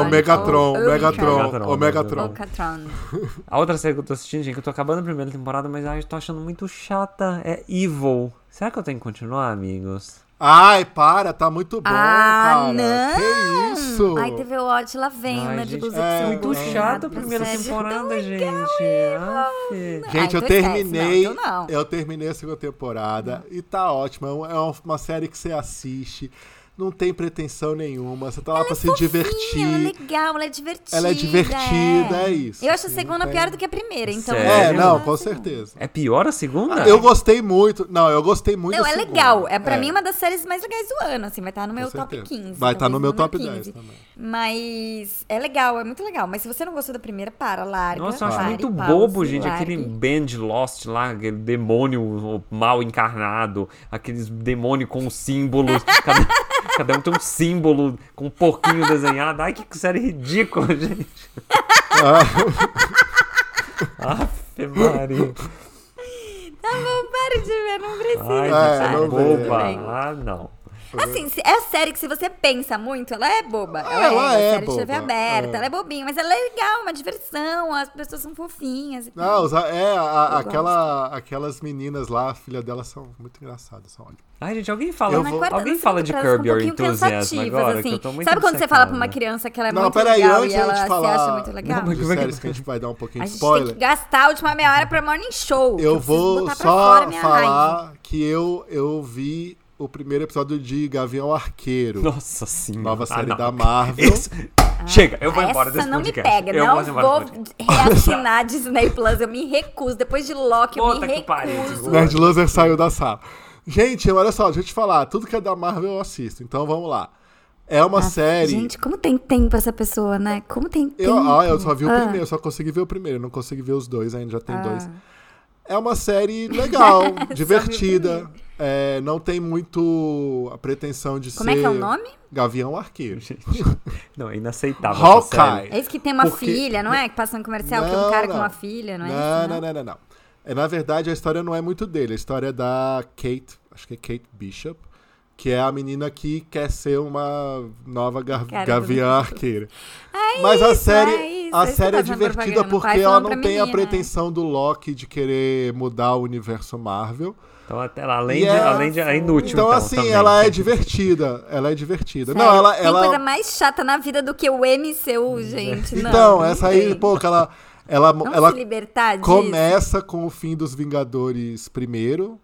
Omegatron, Ou- Omegatron, Omegatron, Omegatron. Omegatron. Omicron. A outra série que eu tô assistindo, gente, que eu tô acabando a primeira temporada, mas ai, eu tô achando muito chata, é Evil. Será que eu tenho que continuar, amigos? Ai, para, tá muito bom, Ah, cara. não! Que isso? Hum, Ai, TV Watch, lá vem, Ai, né? gente, De blusa é que muito chato a primeira é temporada, gente. Aff. Gente, Ai, eu tu esquece. terminei. Não, então não. Eu terminei a segunda temporada e tá ótima. É um- é uma série que você assiste, não tem pretensão nenhuma. Você tá lá pra se divertir. Ela é legal, ela é divertida. Ela é divertida, é isso. Eu acho a Não segunda tem- pior do que a primeira, então. Sério? É, Sério? não, com certeza. É pior a segunda? Eu gostei muito. Não, eu gostei muito. Não, da é segunda. legal. É pra É, mim uma das séries mais legais do ano, assim, vai estar no meu com top certeza. 15. Vai estar no meu talvez top tá? 15. 10 também. Mas é legal, é muito legal. Mas se você não gostou da primeira, para, larga. Nossa, eu acho largue, muito pause, bobo, gente, largue. aquele Band Lost lá, aquele demônio mal encarnado, aqueles demônio com símbolos, cada, cada um tem um símbolo com um porquinho desenhado. Ai, que série ridícula, gente. Aff, Maria. Tá bom, para de ver, não precisa. Ai, É, gente, não né? é, vejo. boba. Ah, não. Assim, se- é série que se você pensa muito, ela é boba. Ela, Ela é, é série de TV boba, aberta, é. ela é bobinha, mas ela é legal, uma diversão, as pessoas são fofinhas. e Não, os- é, a- a- Eu aquela, aquelas meninas lá, a filha delas, são muito engraçadas, são ótimas. Ai, gente, alguém fala, Eu Na vou- quarta- alguém nas fala de quartas-feiras Curb ficam Your um pouquinho Enthusiasm cansativas, agora, assim. que eu tô muito Sabe quando você fala pra uma obcecada. criança que ela é Não, muito peraí, legal antes e da gente ela falar- se acha muito legal? Não, de mas como é que- séries que a gente vai dar um pouquinho A de gente spoiler. tem que gastar a última meia hora pra Morning Show. que Eu preciso vou botar pra fora só minha falar raiva. que eu, eu vi o primeiro episódio de Gavião Arqueiro, Nossa senhora. Ah, nova série não. da Marvel. Isso. Chega, eu vou embora Essa desse não me podcast. pega, eu não vou embora desse vou podcast. reassinar Disney Plus, eu me recuso. Depois de Loki, eu Puta me que pariu, recuso. O Nerd Loser saiu da sala. Gente, olha só, deixa eu te falar, tudo que é da Marvel eu assisto, então vamos lá. É uma série. Gente, como tem tempo essa pessoa, né? Como tem tempo? eu, ó, eu só vi o Ah. primeiro, eu só consegui ver o primeiro, não consegui ver os dois ainda, já tem dois. É uma série legal, divertida. é, não tem muito a pretensão de Como ser. é que é o nome? Gavião Arqueiro. Não, é inaceitável. essa série. Hawkeye. É esse que tem uma Porque- filha, não é? Que passa no comercial, que tem um Não, cara com não. uma filha, não é não, isso? não, não, não, não. É, na verdade, a história não é muito dele. A história é da Kate, acho que é Kate Bishop, que é a menina que quer ser uma nova gar- Cara, gaviã tudo. arqueira. Mas a série, é isso, é a isso que série tá é fazendo divertida propaganda, o pai porque ela falando não pra tem a menina, né? pretensão do Loki de querer mudar o universo Marvel. Então, até lá, além, E é- de, além de. É inútil. Então, assim, também. ela é divertida. Ela é divertida. Sério, Não, ela, Tem ela coisa mais chata na vida do que o MCU, gente. Não, Então, não essa aí, tem. pô, que ela ela Vamos ela se libertar disso. Começa com o fim dos Vingadores primeiro,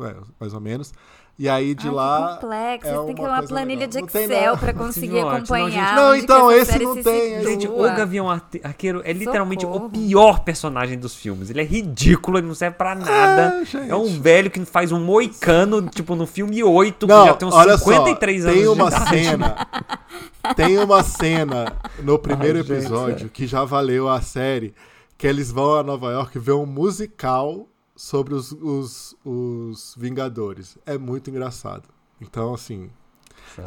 é, mais ou menos. E aí de Ai, que lá. complexo, é você tem que ter uma coisa planilha de legal. Não tem Excel nada. pra conseguir Esse não é ótimo, acompanhar. não, gente. onde que Não, então, essa esse série não se tem, situa. Gente, o Gavião Arte- Arqueiro é literalmente Socorro. o pior personagem dos filmes. Ele é ridículo, ele não serve pra nada. gente. É um velho que faz um moicano, tipo, no filme 8, Não, que já tem uns olha 53 só, anos tem de uma idade. cena. Tem uma cena no primeiro Ai, gente, é. episódio que já valeu a série, que eles vão a Nova York ver um musical sobre os, os, os Vingadores. É muito engraçado. Então, assim,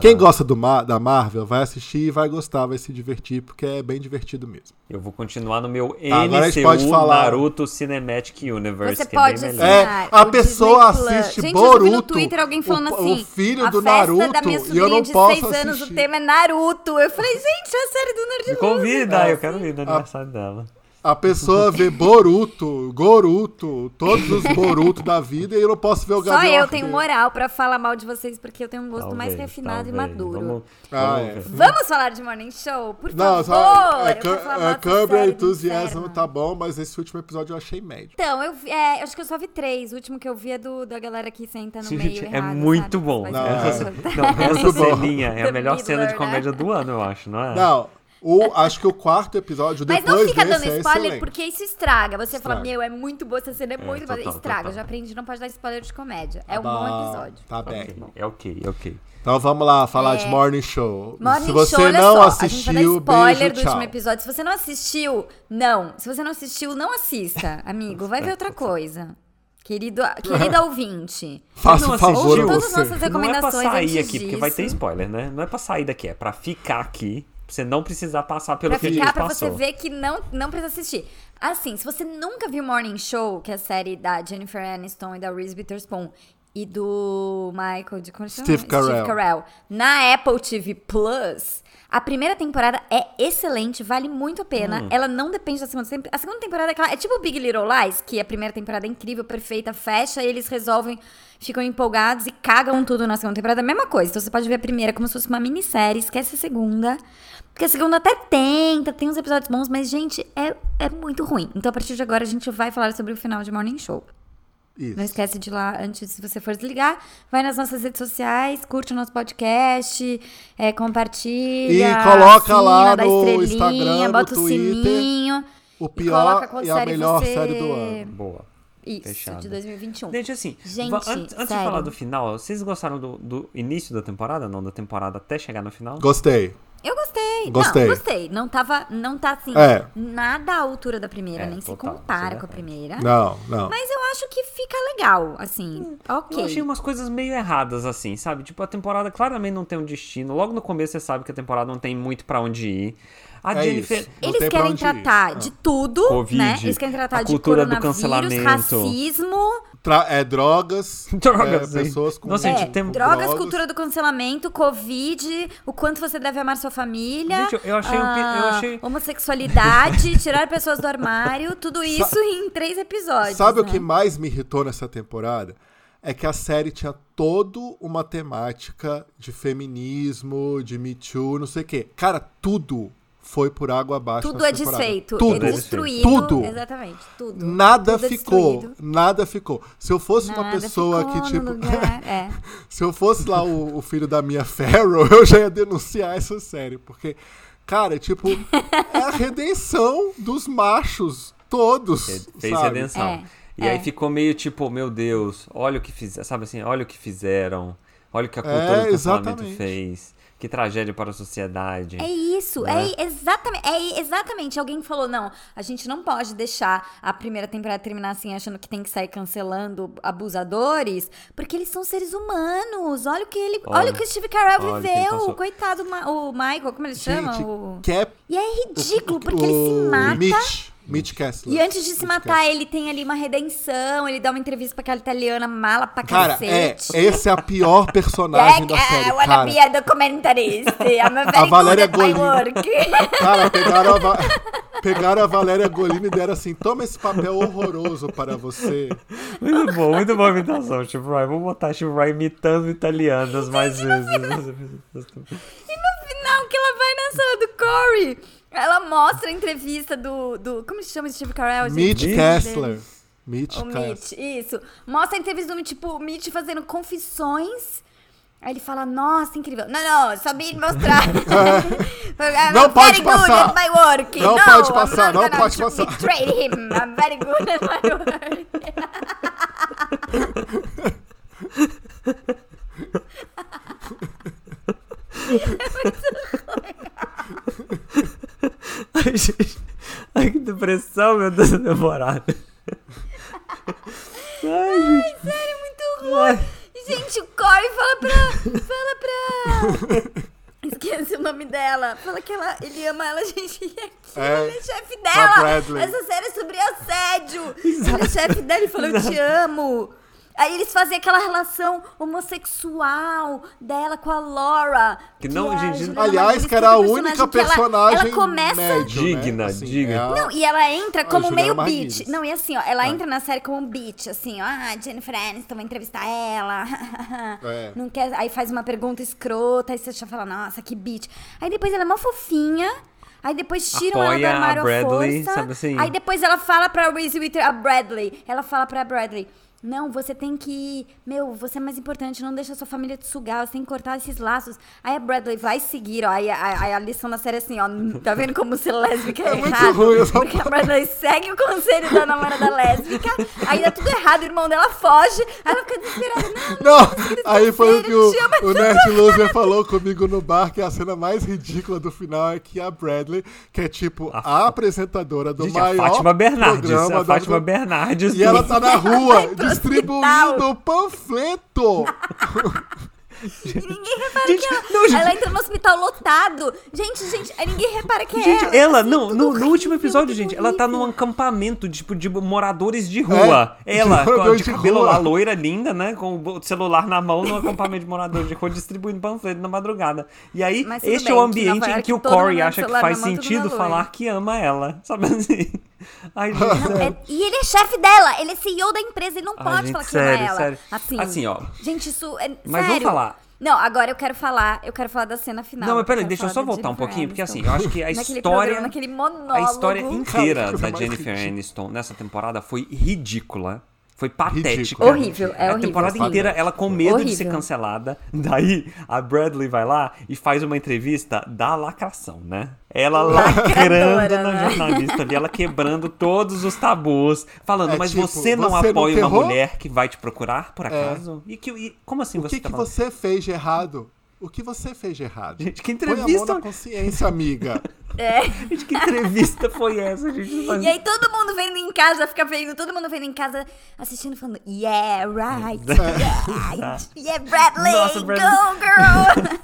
Quem gosta do Ma- da Marvel vai assistir e vai gostar, vai se divertir, porque é bem divertido mesmo. Eu vou continuar no meu Tá, agora a gente MCU pode falar. Naruto Cinematic Universe, Você que é bem pode melhor. É, assinar a o pessoa Disney Plus. assiste Gente, eu já vi no Boruto, Twitter alguém falando o- o assim. filho a do festa da Naruto, e minha eu sobrinha não de posso seis anos, o assistir. tema é Naruto. Eu falei, gente, é a série do Nerd Me Loser. Ah, convida, eu quero ir no aniversário dela. A pessoa vê Boruto, Goruto, todos os Boruto da vida e eu não posso ver o Só Gabriel eu Ortega. tenho um moral pra falar mal de vocês, porque eu tenho um gosto mais Talvez, refinado e talvez. maduro. Vamos, Ah, vamos é. ver. Vamos falar de Morning Show? Por Não, favor! só, é, eu quero falar é, outra Câmera série do Entusiasmo inferno. tá bom, mas esse último episódio eu achei médio. Então, eu vi, é, acho que eu só vi três. O último que eu vi é do, da galera que senta no Gente, meio é errado, muito sabe? bom. Mas Não, eu- é- Não, essa Muito bom. ceninha é The a melhor cena de Middler, né? comédia do ano, eu acho, não é? Não, o, acho que o quarto episódio, Mas depois não fica desse, dando é spoiler, excelente. porque isso estraga. Você fala, Estraga. meu, é muito boa essa cena, é, muito boa. total, Estraga, total. eu já aprendi, não pode dar spoiler de comédia. É um Tá bom bom, episódio. Tá bem. Ok, É ok, é ok. Então vamos lá falar de É. Morning Show. Morning Se você Show, olha não só, a gente assistiu, vai dar spoiler beijo, do tchau. último episódio. Se você não assistiu, não. Se você não assistiu, não assista, amigo. Vai ver outra coisa. Querido, querida ouvinte. Faça Não um favor assistiu? a Todas as você. nossas Não é pra recomendações sair aqui, antes porque vai ter disso. spoiler, né? Não é pra sair daqui, é pra ficar aqui. Pra você não precisar passar pelo Pra que a ficar, gente pra passou. você ver que não, não precisa assistir. Assim, se você nunca viu Morning Show, que é a série da Jennifer Aniston e da Reese Witherspoon, e do Michael de como chama? Steve Carell. na Apple TV Plus, a primeira temporada é excelente, vale muito a pena. Ela não depende da segunda temporada. A segunda temporada é, aquela, é tipo Big Little Lies, que a primeira temporada é incrível, perfeita, fecha, e eles resolvem, ficam empolgados e cagam tudo na segunda temporada. Mesma coisa. Então você pode ver a primeira como se fosse uma minissérie, esquece a segunda. Porque a segunda até tenta, tem uns episódios bons, mas, gente, é, é muito ruim. Então, a partir de agora, a gente vai falar sobre o final de Morning Show. Não Isso. esquece de ir lá antes, se você for desligar, vai nas nossas redes sociais, curte o nosso podcast, é, compartilha. E coloca assina, lá dá no estrelinha, Instagram, no bota o Twitter, sininho. O e pior coloca qual e a série melhor você- série do ano. Boa. Isso, Fechado. de 2021. Gente, assim, Gente, va- antes, antes de sério. falar do final, vocês gostaram do, do início da temporada? Não, da temporada até chegar no final? Gostei. Eu gostei. Gostei. Não, gostei. Não tava, não tá assim, É. nada à altura da primeira, É, nem total, se isso compara é com a verdade. primeira. Não, não. Mas eu acho que fica legal, assim. ok. Hum, Eu achei um- umas coisas meio erradas, assim, sabe? Tipo, a temporada claramente não tem um destino. Logo no começo você sabe que a temporada não tem muito pra onde ir. A É Jennifer. isso. Não Eles tem pra querem onde ir. tratar Ah. de tudo, Covid, né? Eles querem a tratar de cultura do coronavírus, cancelamento. racismo, Tra- é drogas, Drogas, é, hein? pessoas com Nossa, gente, é, tem- drogas, cultura do cancelamento, Covid, o quanto você deve amar sua família. Gente, eu- eu achei um pi- eu ah, achei- homossexualidade, tirar pessoas do armário, tudo isso em três episódios. Sabe o né? que mais me irritou nessa temporada? É que a série tinha toda uma temática de feminismo, de Me Too, não sei o quê. Cara, tudo foi por água abaixo. Tudo nessa é temporada. desfeito, Tudo. é é destruído. Tudo. Exatamente, tudo. Nada Tudo é ficou. destruído. nada ficou. Se eu fosse uma Nada pessoa ficou que, no tipo. lugar, é. Se eu fosse lá o, o filho da minha Farrow, eu já ia denunciar essa série. Porque, cara, tipo, é a redenção dos machos todos. Fez sabe? redenção. É, E aí ficou meio tipo, meu Deus, olha o que fizeram. Sabe assim, olha o que fizeram. Olha o que a cultura É, do cancelamento exatamente. fez. Que tragédia para a sociedade. É isso, Né? é exatamente, é exatamente. Alguém falou não, a gente não pode deixar a primeira temporada terminar assim achando que tem que sair cancelando abusadores, porque eles são seres humanos. Olha o que ele, olha, Olha, o que o Steve Carell olha quem passou. viveu, coitado Ma- o Michael, como ele chama? Gente, O- que é E é ridículo porque ele se mata. Mitch, Mitch Kessler. E antes de se Mitch matar, ele tem ali uma redenção, ele dá uma entrevista pra aquela italiana mala pra Cara, é, cacete. é, esse é a pior personagem da série, I wanna be cara. a documentarist. I'm a very Valéria good at my Golin. work. Cara, pegaram a, Va- pegaram a Valéria Golini e deram assim, toma esse papel horroroso para você. Muito bom, muito boa imitação, Steve Rai. Vou botar Steve Rai imitando italianas mais vezes. final que ela vai na sala do Corey. Ela mostra a entrevista do. do como se chama esse Steve Carell? gente? Mitch Mitch? Kessler. Mitch O Kessler. Mitch, isso. Mostra a entrevista do tipo, o Mitch fazendo confissões. Aí ele fala, nossa, incrível. Não, não, só me mostrar. I'm Não pode very passar. Good at my work. Não No, pode passar, I'm não not gonna pode passar. Betray him. I'm very good at my work. Ai, gente. Ai, que depressão, meu Deus, da temporada. Ai, gente. Sério, muito ruim. Gente, o Corey fala pra. Fala pra. Esqueci o nome dela. Fala que ela, ele ama ela, gente. E aqui, É. Ele é chefe dela. Bradley. Essa série é sobre assédio. Ele é chefe dela e falou: Eu te amo. Aí eles fazem aquela relação homossexual dela com a Laura. Que não, é a gente, Juliana Aliás, Margulies, que era a que é um única que ela- personagem. Ela, começa. médio, né? é. Digna, digna. a- Não, e ela entra como Juliana meio Margulies. bitch. Não, e assim, ó, Tá. ela entra na série como um bitch, assim, ó, ah, Jennifer Aniston vai entrevistar ela. É. Não quer, aí faz uma pergunta escrota, aí você já fala, nossa, que bitch. Aí depois ela é mó fofinha. Aí depois tiram ela do Apoia a armário à Bradley, força. sabe assim? Aí depois ela fala pra Reese Witherspoon, a Bradley, ela fala pra Bradley, não, você tem que, meu, você é mais importante, não deixa a sua família te sugar, você tem que cortar esses laços. Aí a Bradley vai seguir, ó, aí a, a- a lição da série é assim, ó, tá vendo como ser lésbica é, É muito errado? ruim essa Porque a Bradley segue o conselho da namorada lésbica, aí dá tudo errado, o irmão dela foge, aí ela fica desesperada, não, Não, aí foi o que o, Ele chama o Nerd Loser falou comigo no bar, que a cena mais ridícula do final é que a Bradley, que é tipo a, apresentadora do Gente, a maior Fátima Bernardes. é programa A do- Fátima Bernardes. E ela do- tá na rua pro distribuindo hospital. panfleto. E ninguém repara Gente, que ela, não, gente. ela entra no hospital lotado. Gente, gente, aí ninguém repara que é ela. Gente, ela, assim, não, tudo no, no último horrível, episódio, tudo gente, ela tá num horrível. acampamento de, tipo, de moradores de rua. É, de ela, com a- moradores de de cabelo rua. lá, loira, linda, né? Com o celular na mão, num acampamento de moradores de rua, distribuindo panfleto na madrugada. E aí, Mas tudo este é bem, o que ambiente Nova em York que o todo mundo Corey tem acha que celular na faz mão, todo mundo sentido é falar loiro. que ama ela. Sabe assim? Ai, gente, É, sério. e ele é chefe dela, ele é CEO da empresa, ele não Ai, pode gente, falar que sério, ama ela. sério. Assim, Assim, ó. Gente, isso é Mas vamos sério. falar. Não, agora eu quero falar, eu quero falar da cena final. Não, mas peraí, quero deixa eu falar só da voltar um Jennifer pouquinho, porque assim, Aniston. eu acho que a Naquele história. programa, naquele A monólogo. história é inteira Cara, da mais Jennifer ridículo. Aniston nessa temporada foi ridícula. Foi patética. Ridícula. Horrível, é A horrível, temporada sim. inteira, ela com medo de ser Horrível. cancelada. Daí, a Bradley vai lá e faz uma entrevista da lacração, né? Ela lacrando Lacradora, na né? jornalista ali, ela quebrando todos os tabus, falando, É mas tipo, você você não não apoia uma ferrou? É. mulher que vai te procurar, por acaso? E que, e como assim O você que, tá que falando? você fez de errado? O que você fez de errado? Gente, que Põe a mão entrevista, na consciência, amiga. gente, que entrevista foi essa? Gente, Não faz E aí todo mundo vendo em casa, fica vendo, todo mundo vendo em casa, assistindo, falando, yeah, right, yeah, yeah, Bradley, Nossa, Bradley. go, girl.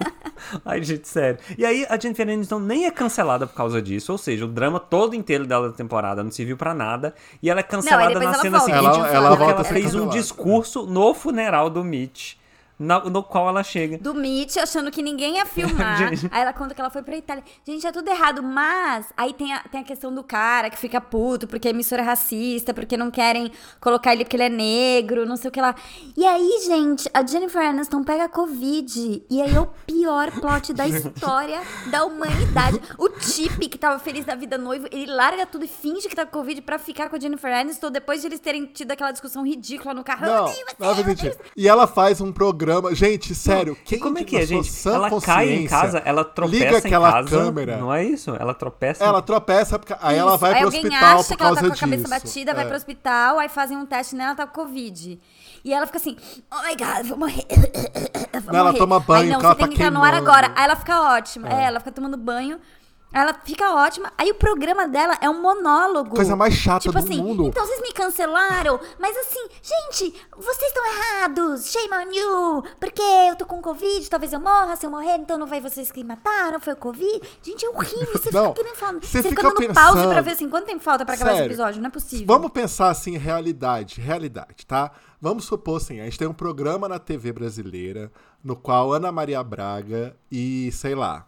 Ai, gente, sério. E aí a Jennifer Aniston nem é cancelada por causa disso, ou seja, o drama todo inteiro dela da temporada não serviu pra nada e ela é cancelada depois na ela cena volta. Ela- seguinte ela porque volta ela a ser fez um cancelada. discurso no funeral do Mitch, na- no qual ela chega. do Mitch achando que ninguém ia filmar. Gente. aí ela conta que ela foi pra Itália. Gente, é tudo errado, mas aí tem a, tem a questão do cara que fica puto porque a emissora é racista, porque não querem colocar ele porque ele é negro, não sei o que lá. E aí, gente, a Jennifer Aniston pega Covid. E aí é o pior plot da história da humanidade. O Chip, que tava feliz da vida noivo, ele larga tudo e finge que tá com Covid pra ficar com a Jennifer Aniston depois de eles terem tido aquela discussão ridícula no é carro. Eu Não, odeio você, não eu faz um odeio sentido. E ela faz um programa. Gente, sério, quem Como é que na é, sua gente? sã Ela cai em consciência casa, ela liga tropeça em aquela casa. câmera. Não é isso? Ela tropeça. em- Ela tropeça, porque- aí ela Isso. vai aí pro alguém hospital acha por que causa ela tá com a disso. cabeça batida, vai É. pro hospital, aí fazem um teste nela, tá com Covid. E ela fica assim, oh my god, eu vou morrer. Eu vou Não, ela toma banho, Aí não, que ela você tem tá que entrar no ar queimando. agora. Aí ela fica ótima. É, ela fica tomando banho. Aí Ela fica ótima. Aí o programa dela é um monólogo. Coisa mais chata tipo do assim, mundo. Então vocês me cancelaram, mas assim, gente, vocês estão errados. Shame on you. Porque eu tô com Covid, talvez eu morra. Se eu morrer, então não vai vocês que me mataram. Foi o Covid. Gente, é horrível. Você Não, fica querendo falar. você Você, fica fica dando pause pra pensando. ver assim, quanto tempo falta pra acabar Sério. esse episódio? Não é possível. Vamos pensar assim, realidade, realidade, tá? Vamos supor assim, a gente tem um programa na TV brasileira no qual Ana Maria Braga e, sei lá,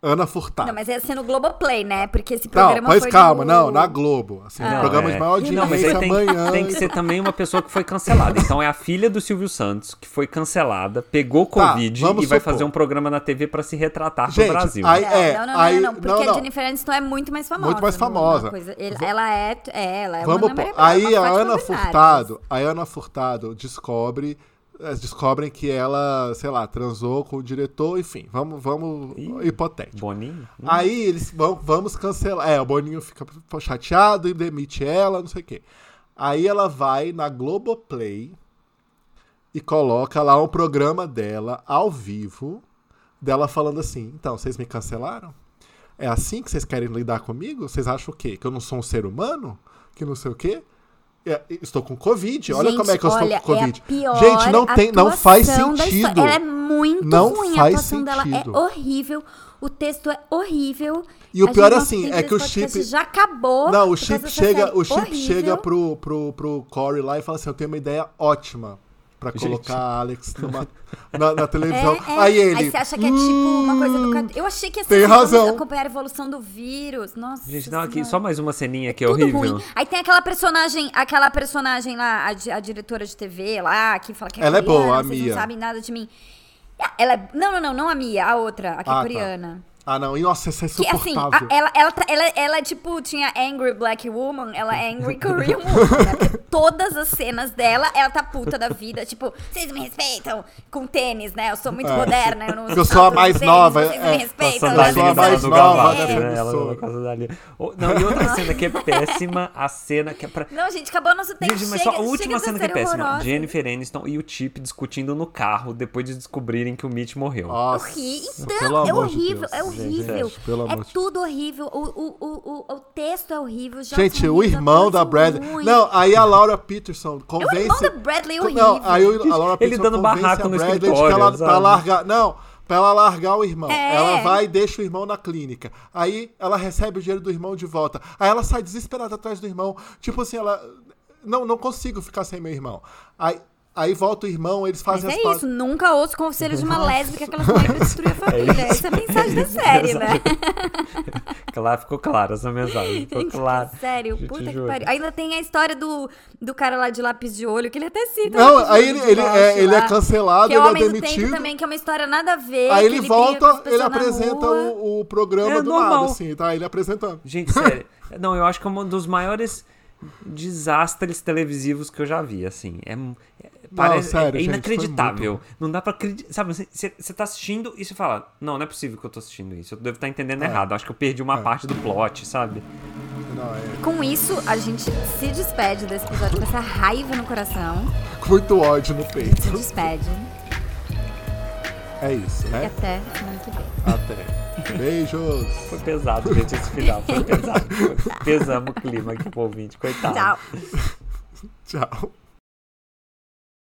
Ana Furtado. Não, mas ia ser no Globoplay, né? Porque esse Não, programa pois foi calma, no- não, na Globo. Assim, um Não, programa é. de maior Não, mas audiência aí tem, amanhã. tem que ser também uma pessoa que foi cancelada. Então é a filha do Silvio Santos, que foi cancelada, pegou Tá, Covid vamos e vai supor. fazer um programa na TV pra se retratar Gente, pro Brasil. aí- Não, É, não, não, não, aí- não, não, porque não, não. a Jennifer Aniston é muito mais famosa. Muito mais não é uma famosa. coisa- ele- Ela é, é, ela é uma Vamos Ana pô. Maria Braga, Aí uma a Fátima Ana Bernardes. Furtado, a Ana Furtado descobre, eh, descobrem que ela, sei lá, transou com o diretor, enfim, vamos, vamos Ih. hipotético. Boninho? Uhum. Aí eles vão, vamos cancelar. É, o Boninho fica chateado e demite ela, não sei o quê. Aí ela vai na Globoplay e coloca lá um programa dela ao vivo, dela falando assim: então, vocês me cancelaram? É assim que vocês querem lidar comigo? Vocês acham o quê? Que eu não sou um ser humano? Que não sei o quê? É, estou com Covid, olha Gente, como é que eu olha, estou com Covid. É a pior Gente, não tem, não faz atuação da sentido. história. Ela é muito Não ruim, faz a atuação dela sentido. é horrível, o texto é horrível. E o A pior gente é não assim, tem é que o esse podcast, Chip- já acabou. Não, o por causa Chip dessa chega, série o Chip então horrível. chega pro, pro, pro Corey lá e fala assim: Eu tenho uma ideia ótima Pra Gente. colocar Alex numa- na, na televisão. É, é. Então, Aí ele. você acha que é tipo uma coisa "Hum, do. Eu achei que assim, tem vamos razão. acompanhar a evolução do vírus. Nossa. Ah, Gente, não, aqui, Senhora. só mais uma ceninha que é Tudo horrível. ruim. Aí tem aquela personagem, aquela personagem lá, a, di- a diretora de TV lá, que fala que é Ela é coreana, boa, a vocês Mia. não sabem nada de mim. Ela é... Não, não, não, não a Mia, a outra, a que é Ah, tá. coreana. Ah, não. E nossa, isso é Que assim, insuportável. a- ela, ela, tra- ela, ela, tipo, tinha Angry Black Woman, ela é Angry Korean Woman. né? Porque Todas as cenas dela, ela tá puta da vida. Tipo, vocês me respeitam com tênis, né? Eu sou muito É. moderna. Eu, não Eu sou a calço mais tênis, nova, Vocês é. me respeitam. Passando a eu sou linha a lá mais do nova, nova. né? É. da Ela pessoa. na casa da linha. Ou- Não, e outra cena que é péssima, a cena que é pra... Não, gente, acabou nosso tempo. Gente, mas chega, só a última chega cena que é dessa péssima. horrorosa. Jennifer Aniston e o Chip discutindo no carro depois de descobrirem que o Mitch morreu. Nossa, Horri- pelo Então, é amor de horrível, Deus. é horrível. gente, pelo é amor de- tudo horrível. O, o, o, o, o texto é horrível. os jogos Gente, são o horríveis, irmão atores da são Bradley. ruins. Não, aí a Laura Peterson é o convence. irmão da Bradley é horrível. Não, aí o- a Laura Ele Peterson dando convence barraco a no Bradley de escritório, que ela, pra sabe? largar. Não, pra ela largar o irmão. É. Ela vai e deixa o irmão na clínica. Aí ela recebe o dinheiro do irmão de volta. Aí ela sai desesperada atrás do irmão. Tipo assim, ela. Não, não consigo ficar sem meu irmão. Aí, aí volta o irmão, eles Mas fazem as é pazes. isso, nunca ouço conselhos de uma lésbica que ela vai destruir a família. Essa é a mensagem da série, né? Claro, ficou clara essa mensagem. Ficou Gente, clara. Sério, Gente, puta que juro. pariu. Ainda tem a história do, do cara lá de lápis de olho, que ele até cita. Não, lápis de aí olho ele, de ele, é, Bosch ele lá, é cancelado, Que é ele ao é mesmo tempo demitido. também, que é uma história nada a ver. Aí que ele, briga com as volta, pessoas ele na apresenta rua. o, o programa É do normal. nada, assim, tá? Ele apresentando. Gente, sério. Não, eu acho que é um dos maiores desastres televisivos que eu já vi, assim. É, é- parece, sério, é gente, foi inacreditável. Não dá pra acreditar. Sabe, você- você você tá assistindo e você fala, não, não é possível que eu tô assistindo isso. Eu devo estar É. entendendo errado. Acho que eu perdi uma parte do plot, sabe? Não, é Com isso, a gente se despede desse episódio com essa raiva no coração. com muito ódio no Se peito. despede. É isso, E né? até semana que vem. Até. Beijos. Foi pesado, gente, esse final. Foi pesado. Foi- Pesamos o clima aqui pro ouvinte, coitado. Tchau. Tchau.